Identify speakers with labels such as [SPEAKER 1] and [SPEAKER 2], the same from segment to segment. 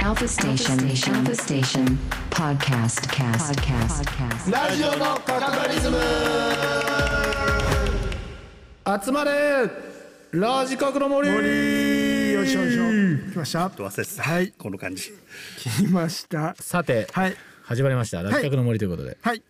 [SPEAKER 1] Alpha Station. Alpha Station. Podcast. Cast. Podcast.
[SPEAKER 2] ラジオのカタリズム集まれラジカクの森
[SPEAKER 3] よいしょよいしょ。来ました。
[SPEAKER 4] 忘れてた、
[SPEAKER 3] はい
[SPEAKER 4] この感じ
[SPEAKER 3] 来ました。
[SPEAKER 5] さて、
[SPEAKER 3] はい
[SPEAKER 5] 始まりました「ラジタクの森」ということで、
[SPEAKER 3] はい。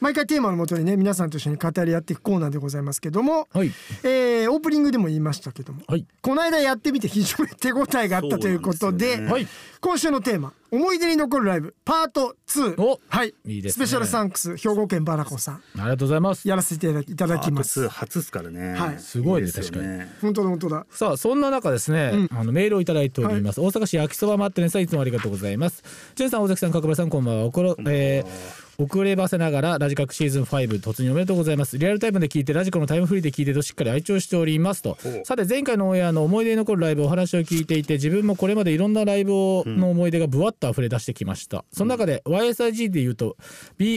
[SPEAKER 3] 毎回テーマのもとにね皆さんと一緒に語り合っていくコーナーでございますけども、
[SPEAKER 5] はい
[SPEAKER 3] えーオープニングでも言いましたけども、
[SPEAKER 5] はい
[SPEAKER 3] この間やってみて非常に手応えがあったというこ
[SPEAKER 4] そう
[SPEAKER 3] とで
[SPEAKER 4] なんですよね
[SPEAKER 5] はい
[SPEAKER 3] 今週のテーマ「思い出に残るライブパート2」
[SPEAKER 5] お
[SPEAKER 3] はい
[SPEAKER 5] いいですね
[SPEAKER 3] スペシャルサンクス兵庫県バラコさん
[SPEAKER 5] ありがとうございます
[SPEAKER 3] やらせていただきま
[SPEAKER 4] パ
[SPEAKER 3] す。
[SPEAKER 4] ート2初ですからね、
[SPEAKER 3] はい
[SPEAKER 5] すごいね
[SPEAKER 4] ですよ
[SPEAKER 3] 本当だ本当だ
[SPEAKER 5] さあそんな中ですね、あのメールをいただいております、大阪市焼きそばマッテレンさんいつもありがとうございますじゅんさん大崎さん角村さんこんばんはおころ、えー遅ればせながらラジカクシーズン5突入おめでとうございますリアルタイムで聞いてラジコのタイムフリーで聞いてとしっかり愛聴しておりますとさて前回のオンエアの思い出に残るライブお話を聞いていて自分もこれまでいろんなライブをの思い出がぶわっと溢れ出してきました、その中で YSIG でいうと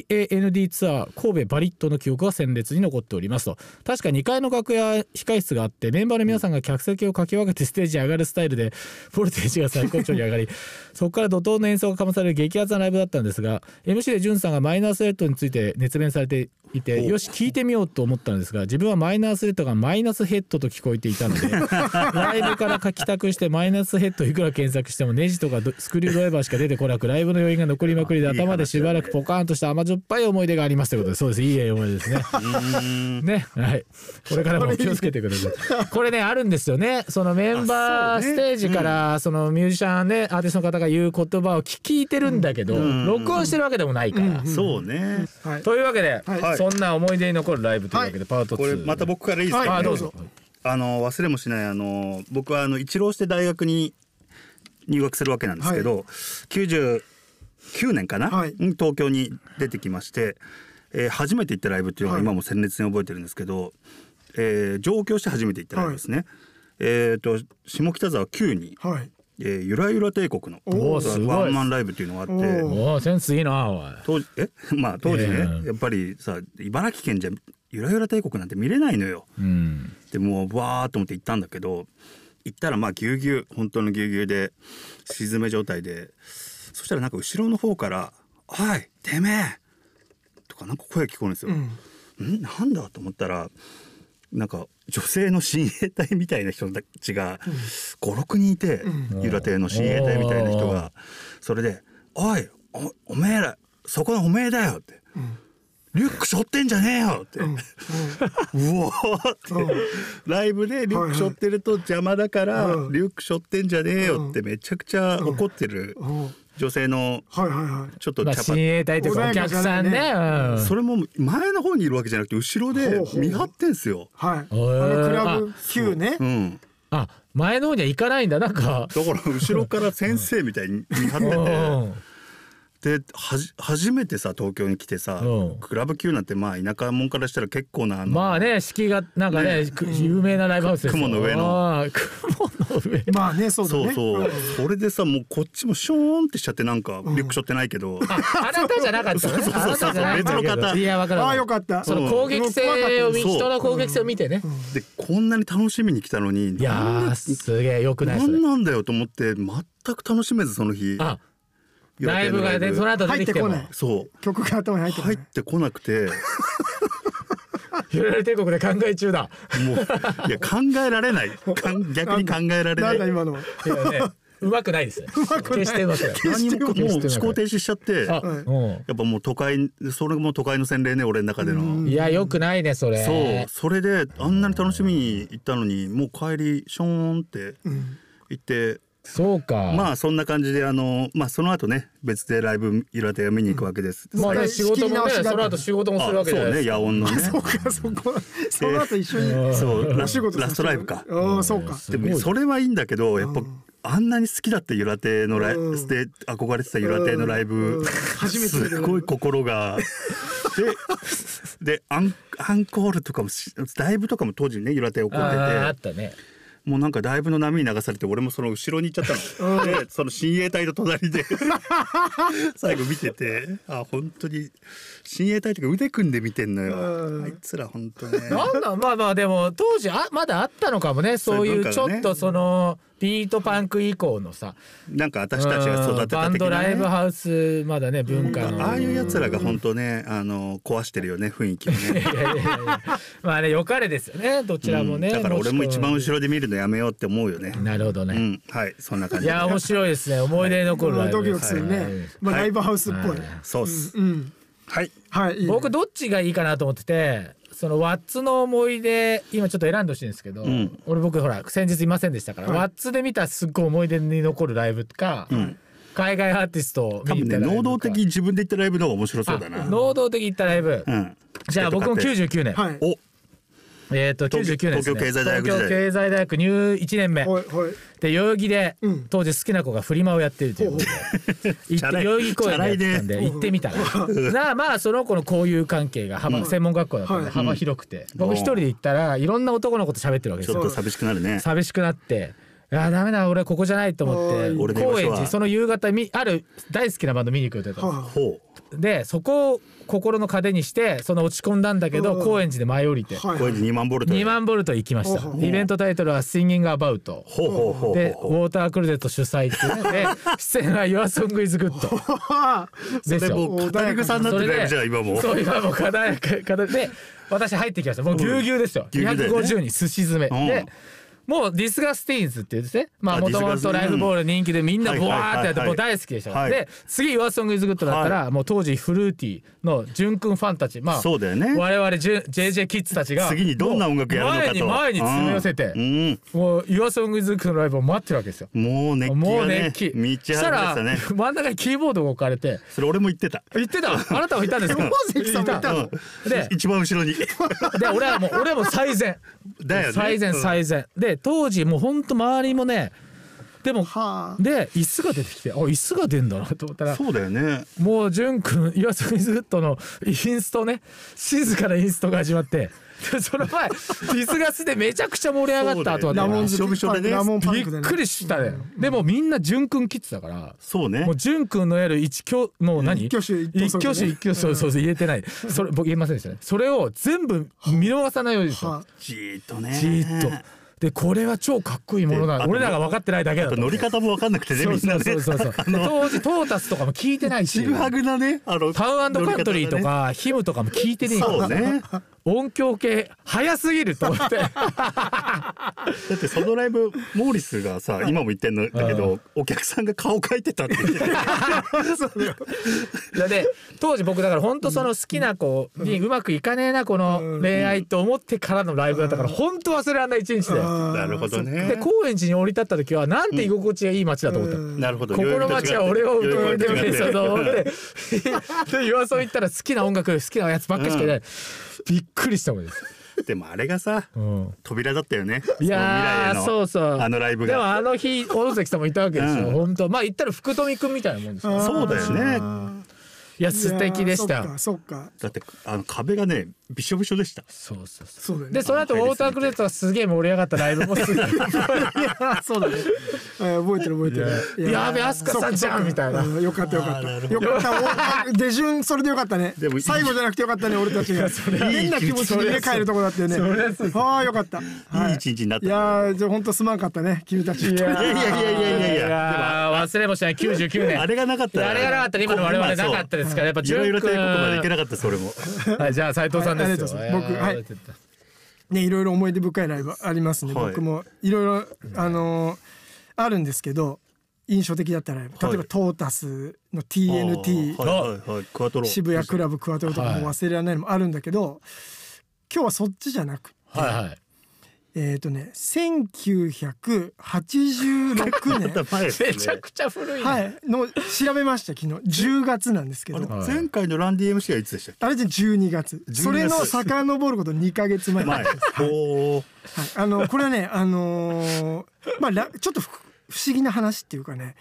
[SPEAKER 5] BAND ツアー神戸バリットの記憶が鮮烈に残っておりますと確か2階の楽屋控室があってメンバーの皆さんが客席をかき分けてステージに上がるスタイルでボルテージが最高潮に上がりそこから怒涛の演奏がかまされる激アツなライブだったんですが MC でジュンさんがマイナースレッドについて熱弁されていてよし聞いてみようと思ったのですが自分はマイナースレッドがマイナスヘッドと聞こえていたのでライブから書きたくしてマイナスヘッドいくら検索してもネジとかドスクリュードライバーしか出てこなくライブの余韻が残りまくりで
[SPEAKER 4] いい話だね
[SPEAKER 5] 頭でしばらくポカーンとした甘じょっぱい思い出がありますということでそうですいい思い出ですね。ね、はい、これからも気をつけてください。これね、あるんですよね。そのメンバーステージから、そのミュージシャンね、アーティストの方が言う言葉を聞聞いてるんだけど、録音してるわけでもないから。
[SPEAKER 4] そうね、
[SPEAKER 3] はい
[SPEAKER 5] というわけで、
[SPEAKER 4] はい
[SPEAKER 5] そんな思い出に残るライブというわけ
[SPEAKER 3] は
[SPEAKER 5] で、パート2。
[SPEAKER 4] これまた僕からいいですか、
[SPEAKER 3] はい
[SPEAKER 5] あ、どうぞ。
[SPEAKER 4] あの忘れもしないあの僕はあの一浪して大学に入学するわけなんですけど、99年かな、
[SPEAKER 3] はい
[SPEAKER 4] うん東京に出てきまして、えー初めて行ったライブっていうの
[SPEAKER 3] は
[SPEAKER 4] が
[SPEAKER 3] い
[SPEAKER 4] 今も鮮烈に覚えてるんですけど、えー上京して初めて行ったライブですね、えっ、と下北沢9に、
[SPEAKER 3] はい
[SPEAKER 4] えーゆらゆら帝国の
[SPEAKER 5] おーすごい
[SPEAKER 4] ワンマンライブっていうのがあっ
[SPEAKER 3] お
[SPEAKER 4] て
[SPEAKER 3] ー
[SPEAKER 5] おお、センスいいな、おい。
[SPEAKER 4] 当時え まあ当時ね、
[SPEAKER 5] ええ
[SPEAKER 4] やっぱりさ茨城県じゃゆらゆら帝国なんて見れないのよ
[SPEAKER 5] うん。
[SPEAKER 4] でもうわーっと思って行ったんだけど行ったらまあぎゅうぎゅう本当のぎゅうぎゅうで沈め状態でそしたらなんか後ろの方から「おいてめえ!」とかなんか声聞こえるんですよ。んなんだと思ったらなんか女性の親衛隊みたいな人たちが56人いて、ゆら亭の親衛隊みたいな人がそれで「おいおおめえらそこのおめえだよ」って。リュック背負ってんじゃねえよって、うおーって、ライブでリュック背負ってると邪魔だから、
[SPEAKER 3] うん
[SPEAKER 4] リュック背負ってんじゃねえよってめちゃくちゃ怒ってる
[SPEAKER 3] お
[SPEAKER 4] 女性の
[SPEAKER 3] はいはいはい
[SPEAKER 4] ちょっと
[SPEAKER 5] まあ、
[SPEAKER 4] 茶
[SPEAKER 5] 親
[SPEAKER 4] 髪
[SPEAKER 5] 衛隊とかお客さん
[SPEAKER 3] 穏
[SPEAKER 5] ね。
[SPEAKER 3] や
[SPEAKER 5] うん
[SPEAKER 4] それも前の方にいるわけじゃなくて後ろで
[SPEAKER 3] ほうほう
[SPEAKER 4] 見張ってんすよ。
[SPEAKER 3] はいあの
[SPEAKER 5] ー
[SPEAKER 3] クラブ Q ね
[SPEAKER 4] うん、
[SPEAKER 5] あ、前の方には行かないんだ、なんか。
[SPEAKER 4] だから後ろから先生みたいに見張っ
[SPEAKER 5] うん
[SPEAKER 4] ててではじ初めてさ東京に来てさ
[SPEAKER 5] うん
[SPEAKER 4] クラブ級なんてまあ田舎もんからしたら結構なあの
[SPEAKER 5] まあね、敷居がなんかね、く有名なライブハウスですよ。
[SPEAKER 4] 雲の上の
[SPEAKER 5] あー。雲の上。
[SPEAKER 3] まあねそうだ
[SPEAKER 4] そう
[SPEAKER 3] ね
[SPEAKER 4] そうそれでさもうこっちもショーンってしちゃってなんかリュック背負ってないけど、
[SPEAKER 5] あなたじゃなかったね。
[SPEAKER 4] そうそう
[SPEAKER 5] あ
[SPEAKER 4] そう
[SPEAKER 5] なたじゃないんだけ
[SPEAKER 4] 別の
[SPEAKER 5] ど
[SPEAKER 4] 方
[SPEAKER 5] いや、わから
[SPEAKER 3] あ
[SPEAKER 5] な
[SPEAKER 3] あ
[SPEAKER 5] い
[SPEAKER 3] よ。かった
[SPEAKER 5] その攻撃性を見、
[SPEAKER 4] そう
[SPEAKER 5] 人の攻撃性を見てね。
[SPEAKER 4] でこんなに楽しみに来たのに
[SPEAKER 5] いや
[SPEAKER 4] なん
[SPEAKER 5] ー、
[SPEAKER 4] です
[SPEAKER 5] げえ、よくないそ
[SPEAKER 4] な
[SPEAKER 5] れ
[SPEAKER 4] ん。なんだよと思って全く楽しめずその日
[SPEAKER 5] あ、
[SPEAKER 4] 予
[SPEAKER 5] ライ
[SPEAKER 4] 定の
[SPEAKER 5] ブがね、その後出てきても。
[SPEAKER 3] 入ってこ
[SPEAKER 4] そう
[SPEAKER 3] 曲が頭に入ってこな
[SPEAKER 4] 入
[SPEAKER 3] い
[SPEAKER 4] ってこなくて
[SPEAKER 5] ゆらゆら帝国で考え中だ。
[SPEAKER 4] もういや考えられないかん逆に考えられな
[SPEAKER 3] ないんだ今のはい
[SPEAKER 5] やね、うまくないですね。決してうまくない。
[SPEAKER 4] 何も
[SPEAKER 5] 決
[SPEAKER 4] もう
[SPEAKER 5] してうまくない
[SPEAKER 4] 思考停止しちゃって
[SPEAKER 5] あ
[SPEAKER 4] や
[SPEAKER 3] はい
[SPEAKER 5] うん
[SPEAKER 4] っぱもう都会それも都会の洗礼ね俺の中での
[SPEAKER 5] いや、よくないね、それ。
[SPEAKER 4] そうそれであんなに楽しみに行ったのにもう帰りショーンって行って
[SPEAKER 5] そうか。
[SPEAKER 4] まあそんな感じであのまあその後ね別でライブイラテを見に行くわけです
[SPEAKER 5] まあね、
[SPEAKER 3] はい
[SPEAKER 5] 仕事
[SPEAKER 3] 仕切
[SPEAKER 5] もね、
[SPEAKER 3] り直し
[SPEAKER 5] そ
[SPEAKER 3] が
[SPEAKER 5] の後仕事も
[SPEAKER 4] あ
[SPEAKER 5] す
[SPEAKER 4] そう
[SPEAKER 5] るわけじゃないで
[SPEAKER 4] ね
[SPEAKER 5] すか
[SPEAKER 4] 野音のね
[SPEAKER 3] そうかそこその後一緒に
[SPEAKER 4] そうラ
[SPEAKER 3] お仕事
[SPEAKER 4] ラストライブ
[SPEAKER 3] さ
[SPEAKER 4] か
[SPEAKER 3] せてうんそうか
[SPEAKER 4] でもそれはいいんだけどやっぱ、あんなに好きだったゆら亭のライ
[SPEAKER 3] う
[SPEAKER 4] ブ
[SPEAKER 3] ん
[SPEAKER 4] で憧れてたゆら亭のライ
[SPEAKER 3] うん
[SPEAKER 4] ブ
[SPEAKER 3] 初めて
[SPEAKER 4] すごい心がででアンアンコールとかもしライブとかも当時ねゆら亭起こ
[SPEAKER 5] あーあ
[SPEAKER 4] っ
[SPEAKER 5] ってたね。
[SPEAKER 4] てもうなんかライブの波に流されて俺もその後ろに行っちゃったの、でその親衛隊の隣で 最後見ててあ本当に親衛隊とか腕組んで見てんのよあいつら本当ね
[SPEAKER 5] なんだまあまあでも当時あまだあったのかもねそういう
[SPEAKER 4] そういう文化が
[SPEAKER 5] ち
[SPEAKER 4] ね
[SPEAKER 5] ょっとそのビートパンク以降のさ
[SPEAKER 4] なんか私たちが育て
[SPEAKER 5] バ
[SPEAKER 4] た
[SPEAKER 5] ン
[SPEAKER 4] 的
[SPEAKER 5] ド
[SPEAKER 4] な
[SPEAKER 5] ライブ
[SPEAKER 4] ね
[SPEAKER 5] ハウスまだね文化の
[SPEAKER 4] ああいうやつらが本当ねあの壊してるよね雰囲気を ね
[SPEAKER 5] いやいやいやいや まあね良かれですよねどちらもね、
[SPEAKER 4] うんだから俺も一番
[SPEAKER 5] し
[SPEAKER 4] 後ろで見るのやめようって思うよね
[SPEAKER 5] ろなるほど
[SPEAKER 4] う
[SPEAKER 5] ね、
[SPEAKER 4] んはいそんな感
[SPEAKER 5] い
[SPEAKER 4] じで
[SPEAKER 5] や面白いですね思い出に残るライブ
[SPEAKER 3] ドキド
[SPEAKER 5] で
[SPEAKER 3] キ
[SPEAKER 5] す
[SPEAKER 3] する
[SPEAKER 5] は
[SPEAKER 3] ね
[SPEAKER 5] い。
[SPEAKER 3] まあ
[SPEAKER 4] はい
[SPEAKER 3] ライブハウスっぽい。
[SPEAKER 4] そうっす
[SPEAKER 3] うん。
[SPEAKER 4] はい
[SPEAKER 3] はい。いいね
[SPEAKER 5] 僕どっちがいいかなと思っててそのワッツの思い出今ちょっと選んでほしいんですけど、
[SPEAKER 4] ん
[SPEAKER 5] 俺僕ほら先日いませんでしたから、ワッツで見たすっごい思い出に残るライブか、海外アーティストを
[SPEAKER 4] 多分
[SPEAKER 5] 見
[SPEAKER 4] ね
[SPEAKER 5] に行ったライブか
[SPEAKER 4] 能動的に自分で行ったライブの方が面白そうだ
[SPEAKER 5] あ
[SPEAKER 4] な
[SPEAKER 5] 能動的行ったライブ、
[SPEAKER 4] うん
[SPEAKER 5] じゃあ僕も99年、
[SPEAKER 3] はい。
[SPEAKER 4] お
[SPEAKER 5] えっ、と99年です、ね、
[SPEAKER 4] 東京経済大学時代
[SPEAKER 5] 東京経済大学入1年目
[SPEAKER 3] はいはい。
[SPEAKER 5] で代々木で、
[SPEAKER 3] うん
[SPEAKER 5] 当時好きな子がフリマをやってるということで
[SPEAKER 4] チ
[SPEAKER 5] 行
[SPEAKER 4] ャ
[SPEAKER 5] って
[SPEAKER 4] ラい
[SPEAKER 5] 代々木公園でやってたんで行ってみ たらなあまあその子の交友関係が幅、専門学校だったんで
[SPEAKER 3] はい
[SPEAKER 5] 幅広くて、
[SPEAKER 4] うん
[SPEAKER 5] 僕一人で行ったらいろんな男の子と喋ってるわけで
[SPEAKER 4] ち
[SPEAKER 5] す
[SPEAKER 4] ょっ
[SPEAKER 5] よ
[SPEAKER 4] と寂しくなるね
[SPEAKER 5] 寂しくなって。いやダメだ俺はここじゃないと思って
[SPEAKER 4] 俺の居場所は
[SPEAKER 5] 高円寺その夕方みある大好きなバンド見に行く予定だったんです
[SPEAKER 3] は
[SPEAKER 4] ほ
[SPEAKER 5] でそこを心の糧にしてその落ち込んだんだけど
[SPEAKER 3] うん
[SPEAKER 5] 高円寺で舞い降りて
[SPEAKER 3] は
[SPEAKER 4] う
[SPEAKER 3] い。
[SPEAKER 4] これで2万ボルト
[SPEAKER 5] 2万ボルト行きました
[SPEAKER 3] おう
[SPEAKER 5] イベントタイトルは「Singing About
[SPEAKER 4] ほうほうほ」う
[SPEAKER 5] で「ウ
[SPEAKER 4] ほう
[SPEAKER 5] ォータークルデット主催」っていうね で出演は「YourSongIsGood
[SPEAKER 3] は」
[SPEAKER 5] で
[SPEAKER 4] それ
[SPEAKER 5] す
[SPEAKER 4] もう
[SPEAKER 5] よ。
[SPEAKER 4] 語り草になってるライブじゃん今もう
[SPEAKER 5] そう今もう課題課題で私入ってきましたもうぎゅうぎゅうですよ
[SPEAKER 4] ぎゅうぎゅうだよね
[SPEAKER 5] 250人すし詰め
[SPEAKER 4] うん
[SPEAKER 5] でもうディスガスティーンズっていうですねまあ
[SPEAKER 4] あ
[SPEAKER 5] もとも
[SPEAKER 4] ディスガ
[SPEAKER 5] と
[SPEAKER 4] スね
[SPEAKER 5] ライブボール人気でみんな
[SPEAKER 4] はいは
[SPEAKER 5] ボ
[SPEAKER 4] いはい
[SPEAKER 5] ワーってやって
[SPEAKER 4] はい
[SPEAKER 5] もう大好きでしたから
[SPEAKER 4] はい
[SPEAKER 5] で次「YourSongIsGood」だったらもう当時フルーティーの純くんファンたちまあ
[SPEAKER 4] そうだよね
[SPEAKER 5] 我々ジュ JJ キッズたちが
[SPEAKER 4] 次にどんな音楽やるのかと
[SPEAKER 5] 前に前に詰め寄せて
[SPEAKER 4] うん
[SPEAKER 5] もう YourSongIsGood のライブを待ってるわけですよ
[SPEAKER 4] うんもう熱気
[SPEAKER 5] も
[SPEAKER 4] が
[SPEAKER 5] う
[SPEAKER 4] ね
[SPEAKER 5] 熱気
[SPEAKER 4] 満ち
[SPEAKER 5] し
[SPEAKER 4] 溢れ
[SPEAKER 5] た
[SPEAKER 4] てた
[SPEAKER 5] ら
[SPEAKER 4] ね
[SPEAKER 5] 真ん中にキーボードが置かれて
[SPEAKER 4] それ俺も言ってた
[SPEAKER 5] 言ってたあなたもいたんですか
[SPEAKER 3] 山崎さんもいたの
[SPEAKER 4] うん
[SPEAKER 5] で
[SPEAKER 4] 一番後 ろに
[SPEAKER 5] で俺はもう俺はもう最善
[SPEAKER 4] だよね
[SPEAKER 5] 最善
[SPEAKER 4] うん
[SPEAKER 5] 最善、で当時もうほんと周りもねでも
[SPEAKER 3] はあ
[SPEAKER 5] で椅子が出てきてあ椅子が出んだなと思ったら
[SPEAKER 4] そうだよね
[SPEAKER 5] もう潤君岩崎ミズグッドのインストね静かなインストが始まってでその前ディスガスでめちゃくちゃ盛り上がった後
[SPEAKER 4] そうだ
[SPEAKER 5] だ
[SPEAKER 3] ラ
[SPEAKER 5] っ
[SPEAKER 4] よ
[SPEAKER 3] モンズ
[SPEAKER 4] びしょびしょでね
[SPEAKER 3] ラモン
[SPEAKER 5] た
[SPEAKER 3] パン
[SPEAKER 5] びっ
[SPEAKER 3] クでね。
[SPEAKER 5] くりしたね、でもみんな潤君切ってたから
[SPEAKER 4] そうね
[SPEAKER 5] もう潤君のやる一挙もう何
[SPEAKER 3] 一挙手一投足
[SPEAKER 5] 一挙手
[SPEAKER 3] ね
[SPEAKER 5] 一挙そうそうそう言えてないそれ僕言えませんでしたねそれを全部見逃さないようにした
[SPEAKER 3] は
[SPEAKER 4] じーっとね
[SPEAKER 5] じーっと。でこれは超かっこいいもの
[SPEAKER 4] であ
[SPEAKER 5] だ
[SPEAKER 4] と
[SPEAKER 5] 俺らが分かってないだけだ
[SPEAKER 4] あ
[SPEAKER 5] と
[SPEAKER 4] と
[SPEAKER 5] 思
[SPEAKER 4] 乗
[SPEAKER 5] う
[SPEAKER 4] り方も分かんなくてね
[SPEAKER 5] そ
[SPEAKER 4] み
[SPEAKER 5] うんそ
[SPEAKER 4] な
[SPEAKER 5] う
[SPEAKER 4] ね
[SPEAKER 5] そうそうそうで当時トータスとかも聞いてないし
[SPEAKER 4] ちぐはぐなねあの
[SPEAKER 5] タウンカントリーとかヒムとかも聞いてねえか
[SPEAKER 4] そう
[SPEAKER 5] ら
[SPEAKER 4] ね
[SPEAKER 5] 音響系早すぎると思 って
[SPEAKER 4] だってそのライブモーリスがさ今も言ってんのだけどお客さんが顔描いてたって言って
[SPEAKER 5] いやで当時僕だから本当その好きな子にうまくいかねえなこの恋愛と思ってからのライブだったから本当忘れられない一日で。
[SPEAKER 3] あ
[SPEAKER 4] なるほどね
[SPEAKER 5] で高円寺に降り立った時はなんて居心地がいい街だと思った、
[SPEAKER 4] なるほど
[SPEAKER 5] ここの街は俺を受け入れてくれ
[SPEAKER 4] そ
[SPEAKER 5] そううと思ってで岩荘行ったら好きな音楽好きなやつばっかりしかいない、びっくりしたもんです、
[SPEAKER 4] でもあれがさ
[SPEAKER 5] うん、
[SPEAKER 4] 扉だったよね
[SPEAKER 5] い
[SPEAKER 4] の未来へ
[SPEAKER 5] やー
[SPEAKER 4] の
[SPEAKER 5] そうそう
[SPEAKER 4] あのライブ
[SPEAKER 5] でも
[SPEAKER 4] が
[SPEAKER 5] あの日小野崎さんもいたわけでしょ、
[SPEAKER 4] うん
[SPEAKER 5] 本当まあ言ったら福富君みたいなもんですよ
[SPEAKER 4] そうだよね
[SPEAKER 5] いや
[SPEAKER 3] ー
[SPEAKER 5] 素敵でした
[SPEAKER 3] いやーそっか
[SPEAKER 4] だってあの壁がねびしょびしょでした
[SPEAKER 5] そうそうそ
[SPEAKER 3] そっかそ
[SPEAKER 5] う
[SPEAKER 3] うだよね
[SPEAKER 5] でその後ウォータークレットがすげえ盛り上がったライブもすげ
[SPEAKER 3] い
[SPEAKER 5] え
[SPEAKER 3] や ーそうだね えー覚えてる覚えてる
[SPEAKER 5] やべアスカさんじゃんみたいな
[SPEAKER 3] うんよかったよかったよかったお出順それでよかったね
[SPEAKER 4] でも
[SPEAKER 3] 最後じゃなくてよかったね俺たちが変な気持ち
[SPEAKER 5] そ
[SPEAKER 3] で家
[SPEAKER 5] りゃそう
[SPEAKER 3] 帰るとこだったよね
[SPEAKER 5] そりゃそう
[SPEAKER 3] ああよかったはい
[SPEAKER 4] い一日になった
[SPEAKER 3] いやーじゃあほんとすまんかったね君たち
[SPEAKER 5] いや
[SPEAKER 4] いやいやいやいやいやいや
[SPEAKER 5] やー忘れもしない99
[SPEAKER 4] で
[SPEAKER 5] 年
[SPEAKER 4] もあれがなかった
[SPEAKER 5] いやあれがなかったら今の我々なかったですからやっぱ
[SPEAKER 4] いろいろと
[SPEAKER 5] 純
[SPEAKER 4] こ
[SPEAKER 5] 君
[SPEAKER 4] こまでいけなかったそれも
[SPEAKER 5] はいじゃあ斉藤さ
[SPEAKER 3] はい
[SPEAKER 5] んですよ
[SPEAKER 3] ありがとうございます
[SPEAKER 5] 僕
[SPEAKER 3] ねいろいろ思い出深いライブありますね、
[SPEAKER 4] はい
[SPEAKER 3] 僕もいろいろあのーあるんですけど印象的だったライブ例えば、
[SPEAKER 4] はい
[SPEAKER 3] トータス
[SPEAKER 4] あ
[SPEAKER 3] の
[SPEAKER 4] ー
[SPEAKER 3] TNT、
[SPEAKER 4] はいはいはいクワトロ
[SPEAKER 3] 渋谷クラブクワトロとかも忘れられないのもあるんだけど、今日はそっちじゃなく
[SPEAKER 5] はいはい
[SPEAKER 3] えっ、とね1986
[SPEAKER 4] また
[SPEAKER 3] 年
[SPEAKER 4] 前ですね
[SPEAKER 5] めちゃくちゃ古いな
[SPEAKER 3] はいの調べました昨日10月なんですけ
[SPEAKER 4] あれ
[SPEAKER 3] ど
[SPEAKER 5] はい
[SPEAKER 4] 前回のランディ MC はいつでしたっ
[SPEAKER 3] あれじゃ12月
[SPEAKER 4] 月
[SPEAKER 3] それの遡ること2か月前
[SPEAKER 4] け前おー
[SPEAKER 3] はい、あのこれはねあのーまあらちょっとふ不思議な話っていうかね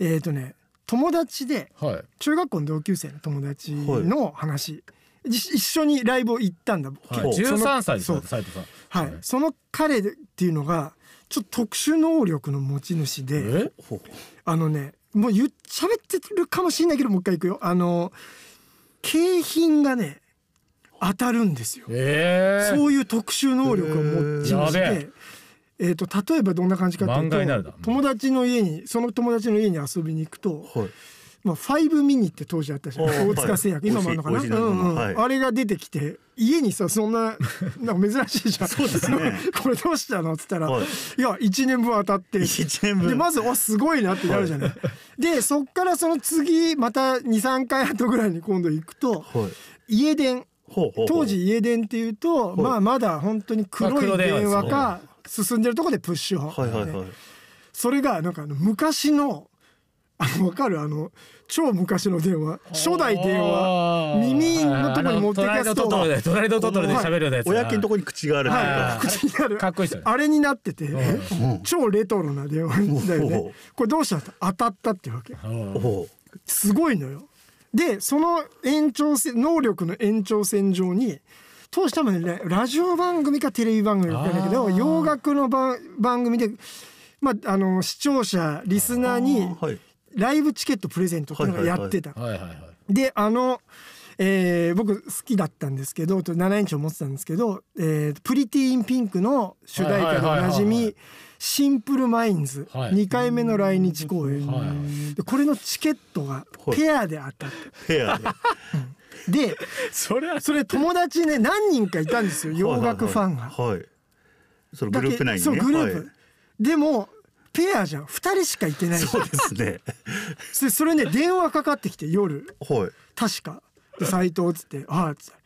[SPEAKER 3] えっ、とね友達で
[SPEAKER 5] はい
[SPEAKER 3] 中学校の同級生の友達の話、い一緒にライブを行ったんだ、
[SPEAKER 5] はい
[SPEAKER 4] 結
[SPEAKER 3] 構
[SPEAKER 5] 13歳です
[SPEAKER 3] そ
[SPEAKER 5] よ
[SPEAKER 3] の
[SPEAKER 5] 斉藤さん
[SPEAKER 3] はい
[SPEAKER 5] はい
[SPEAKER 3] その彼っていうのがちょっと特殊能力の持ち主で
[SPEAKER 5] え
[SPEAKER 4] ほう
[SPEAKER 3] あのねもう言っ喋ってるかもしれないけどもう一回いくよあの景品がね当たるんですよ
[SPEAKER 5] ええ
[SPEAKER 3] そういう特殊能力を持ちまし
[SPEAKER 5] やべえ
[SPEAKER 3] て、えー、と例えばどんな感じかという
[SPEAKER 6] 漫画になるな
[SPEAKER 3] と友達の家にその友達の家に遊びに行くと、
[SPEAKER 4] はい
[SPEAKER 3] まあ、5ミニって当時あったじゃん
[SPEAKER 4] おー
[SPEAKER 3] 大塚製薬、
[SPEAKER 4] はい
[SPEAKER 3] 今もあるのか
[SPEAKER 4] 美
[SPEAKER 3] な、
[SPEAKER 4] 味しい美味しい
[SPEAKER 3] うんうん
[SPEAKER 4] はい
[SPEAKER 3] あれが出てきて家にさそんななんか珍しいじゃん
[SPEAKER 4] そうですね
[SPEAKER 3] これどうしたのっつったら、
[SPEAKER 4] はい
[SPEAKER 3] い、や1年分当たって
[SPEAKER 4] 一年分
[SPEAKER 3] でまずわすごいなってなるじゃない、でそっからその次また23回後ぐらいに今度行くと、
[SPEAKER 4] はい
[SPEAKER 3] 家電
[SPEAKER 4] ほうほうほう
[SPEAKER 3] 当時家電っていうと、まあまだ本当に
[SPEAKER 6] まあ
[SPEAKER 3] 黒
[SPEAKER 6] 黒
[SPEAKER 3] い
[SPEAKER 6] 電話
[SPEAKER 3] 電
[SPEAKER 6] で
[SPEAKER 3] 話
[SPEAKER 6] すね
[SPEAKER 3] か進んでるとこでプッシュホ
[SPEAKER 4] は
[SPEAKER 3] ン、
[SPEAKER 4] いはいはい
[SPEAKER 3] それがなんかあの昔のあの分かるあの超昔の電話初代電
[SPEAKER 6] あ
[SPEAKER 3] 話
[SPEAKER 6] ー
[SPEAKER 3] 耳のとこに持っていくやつと
[SPEAKER 6] あの隣のトトロで隣のトトロで
[SPEAKER 3] はい
[SPEAKER 6] 喋るようなやつ
[SPEAKER 4] 親のとこに口があるっていうか
[SPEAKER 3] はい、口になる
[SPEAKER 6] かっこいいっすよね
[SPEAKER 3] あれになってて、 超レトロな電話だよ
[SPEAKER 4] おお
[SPEAKER 3] ねこれどうしたって当たったってわけ
[SPEAKER 4] おお
[SPEAKER 3] すごいのよでその延長線能力の延長線上に当時多分ねラジオ番組かテレビ番組だったんだけど洋楽の番番組で、まあ、あの視聴者リスナーに
[SPEAKER 4] はい
[SPEAKER 3] ライブチケットプレゼントっていうのをやってた。
[SPEAKER 6] はいはいはい
[SPEAKER 3] であの、えー僕好きだったんですけどと7インチを持ってたんですけど「えープリティーインピンク」の主題歌でおなじ
[SPEAKER 6] はいはいはいは
[SPEAKER 3] み「シンプルマインズ」
[SPEAKER 6] はい
[SPEAKER 3] 2回目の来日公演、でこれのチケットがペアで当たっ
[SPEAKER 4] ペアで
[SPEAKER 3] てで
[SPEAKER 6] それは
[SPEAKER 3] それ友達ね何人かいたんですよ洋楽ファンが。
[SPEAKER 4] はいその
[SPEAKER 3] だ
[SPEAKER 4] グ
[SPEAKER 3] け
[SPEAKER 4] ループ内にね
[SPEAKER 3] そうグループ、
[SPEAKER 4] はい
[SPEAKER 3] でもペアじゃん2人しかいてない
[SPEAKER 4] そうですね
[SPEAKER 3] それそれね電話かかってきて夜
[SPEAKER 4] はい
[SPEAKER 3] 確かで斎藤っつって「ああ」っつって。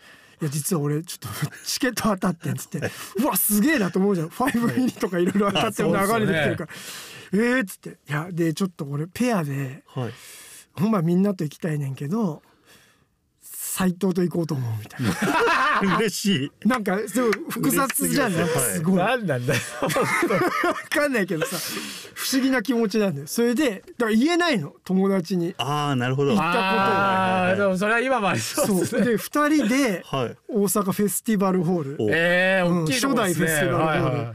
[SPEAKER 3] いや実は俺ちょっと チケット当たってんっつってうわすげえなと思うじゃん5ミリとかいろいろ当たってる流
[SPEAKER 6] あそう
[SPEAKER 3] れ
[SPEAKER 6] ですよね
[SPEAKER 3] できてるからええーっつっていやでちょっと俺ペアで
[SPEAKER 4] はい
[SPEAKER 3] ほんまみんなと行きたいねんけど斎藤と行こうと思うみたいな
[SPEAKER 4] 嬉しい
[SPEAKER 3] なんかすごい複雑じゃない
[SPEAKER 4] 嬉しいですね
[SPEAKER 3] すごい
[SPEAKER 6] 何なんだよ
[SPEAKER 3] わかんないけどさ不思議な気持ちなんだよそれでだから言えないの友達に
[SPEAKER 4] ああなるほどは
[SPEAKER 6] ああでもそれは今もありそう
[SPEAKER 3] そうで2人で
[SPEAKER 4] はい
[SPEAKER 3] 大阪フェスティバルホール
[SPEAKER 4] お
[SPEAKER 6] ええ
[SPEAKER 3] うん
[SPEAKER 6] 大きいとこですね
[SPEAKER 3] 初代フェスティバルホール
[SPEAKER 6] はいはい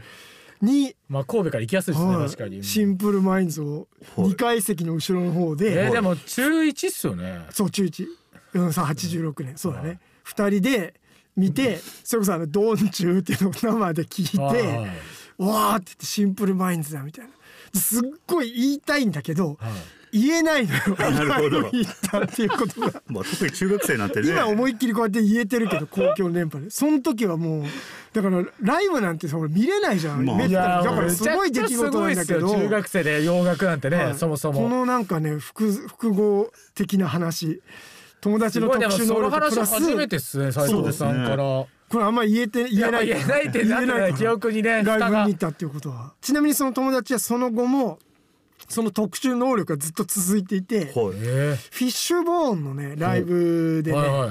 [SPEAKER 3] に、
[SPEAKER 6] まあ神戸から行きやすいですね
[SPEAKER 3] は
[SPEAKER 6] 確かに
[SPEAKER 3] い、シンプルマインズを2階席の後ろの方で、
[SPEAKER 6] えーでも中一っすよね
[SPEAKER 3] そう中1うんさ86年そうだね2人で見てそれこそあの「ドンチュー」っていうのを生で聞いて
[SPEAKER 6] はい
[SPEAKER 3] 「わー」って言って「シンプルマインズだ」みたいなすっごい言いたいんだけど、言えな いのよ
[SPEAKER 4] なるほど
[SPEAKER 3] 言ったっていうことが。
[SPEAKER 4] まあ特に中学生なんてね
[SPEAKER 3] 今思いっきりこうやって言えて るけど公共連覇でその時はもうだからライブなんてそれ見れないじゃん、
[SPEAKER 4] まあ
[SPEAKER 3] めっ
[SPEAKER 6] い
[SPEAKER 3] た
[SPEAKER 6] や
[SPEAKER 3] に
[SPEAKER 6] ー
[SPEAKER 3] だからすごい出来事なんだ
[SPEAKER 6] め
[SPEAKER 3] け
[SPEAKER 6] ちゃくちゃすごいっ
[SPEAKER 3] ど
[SPEAKER 6] すよ中学生で洋楽なんてね、
[SPEAKER 3] はい
[SPEAKER 6] そもそ
[SPEAKER 3] こ
[SPEAKER 6] も
[SPEAKER 3] のなんかね複複合的な話友達
[SPEAKER 6] す
[SPEAKER 3] の
[SPEAKER 6] ごい
[SPEAKER 3] 特
[SPEAKER 6] でも
[SPEAKER 3] 殊
[SPEAKER 6] そ
[SPEAKER 3] 能
[SPEAKER 6] の
[SPEAKER 3] 力プ
[SPEAKER 6] 話
[SPEAKER 3] ラス
[SPEAKER 6] 初めてっすね斉藤さんから、
[SPEAKER 3] これあんま言えて言えない
[SPEAKER 6] やっぱ言えないってなってね
[SPEAKER 3] から
[SPEAKER 6] 記憶にね
[SPEAKER 3] ライ
[SPEAKER 6] 蓋
[SPEAKER 3] ブ
[SPEAKER 6] が
[SPEAKER 3] に行ったっていうことはちなみにその友達はその後もその特殊能力がずっと続いていてフ
[SPEAKER 4] はい
[SPEAKER 6] え
[SPEAKER 3] ィッシュボーンのねライブ
[SPEAKER 6] え
[SPEAKER 3] でね、
[SPEAKER 6] はいはい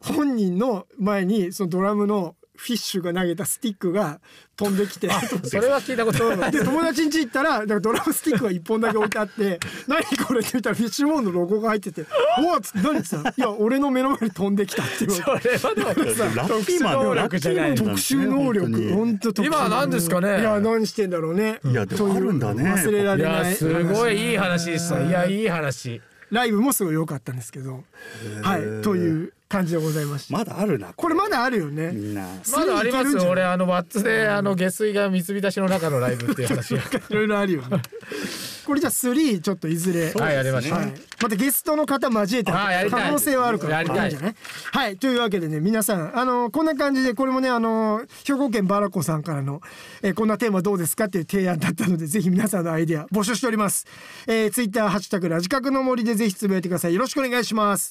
[SPEAKER 3] 本人の前にそのドラムのフィッシュが投げたスティックが飛んできて
[SPEAKER 6] それは聞いたことない
[SPEAKER 3] で友達ん家行ったらだからドラムスティックが1本だけ置いてあって 「何これ?」って言ったらフィッシュボーンのロゴが入ってて「おっ!」つって何さ「いや俺の目の前に飛んできた」って言われて
[SPEAKER 6] それはでも
[SPEAKER 4] ラッキーマンでもラッキーマンなんですね
[SPEAKER 3] 特殊能力
[SPEAKER 4] 本当に
[SPEAKER 3] 本当特殊
[SPEAKER 6] 今
[SPEAKER 3] 能力
[SPEAKER 6] は何ですかね
[SPEAKER 3] いや何してんだろうね
[SPEAKER 4] いやでも
[SPEAKER 3] とう
[SPEAKER 4] あるんだね
[SPEAKER 3] 忘れら
[SPEAKER 6] い
[SPEAKER 3] れ
[SPEAKER 6] や
[SPEAKER 3] ない
[SPEAKER 6] すごいいい話でしたいやいい話
[SPEAKER 3] ライブもすごい良かったんですけどはいという感じでございました
[SPEAKER 4] まだあるな
[SPEAKER 3] これまだあるよね
[SPEAKER 4] みんな
[SPEAKER 6] まだあります
[SPEAKER 3] すぐ行けるん
[SPEAKER 6] よ
[SPEAKER 3] じゃない
[SPEAKER 6] 俺あのワッツであの下水が三つ浸しの中のライブっていう話が
[SPEAKER 3] いろいろあるよね。これじゃあ3ちょっといずれ。
[SPEAKER 6] はいやりましょう
[SPEAKER 3] はいまたゲストの方交えて
[SPEAKER 6] はいやりたい
[SPEAKER 3] 可能性はあるから
[SPEAKER 6] やりたい
[SPEAKER 3] いいんじゃないはいというわけでね皆さんあのこんな感じでこれもねあの兵庫県バラコさんからの、えーこんなテーマどうですかっていう提案だったのでぜひ皆さんのアイデア募集しております。えー、ツイッターハッシュタグラジカクの森でぜひつぶやいてくださいよろしくお願いします。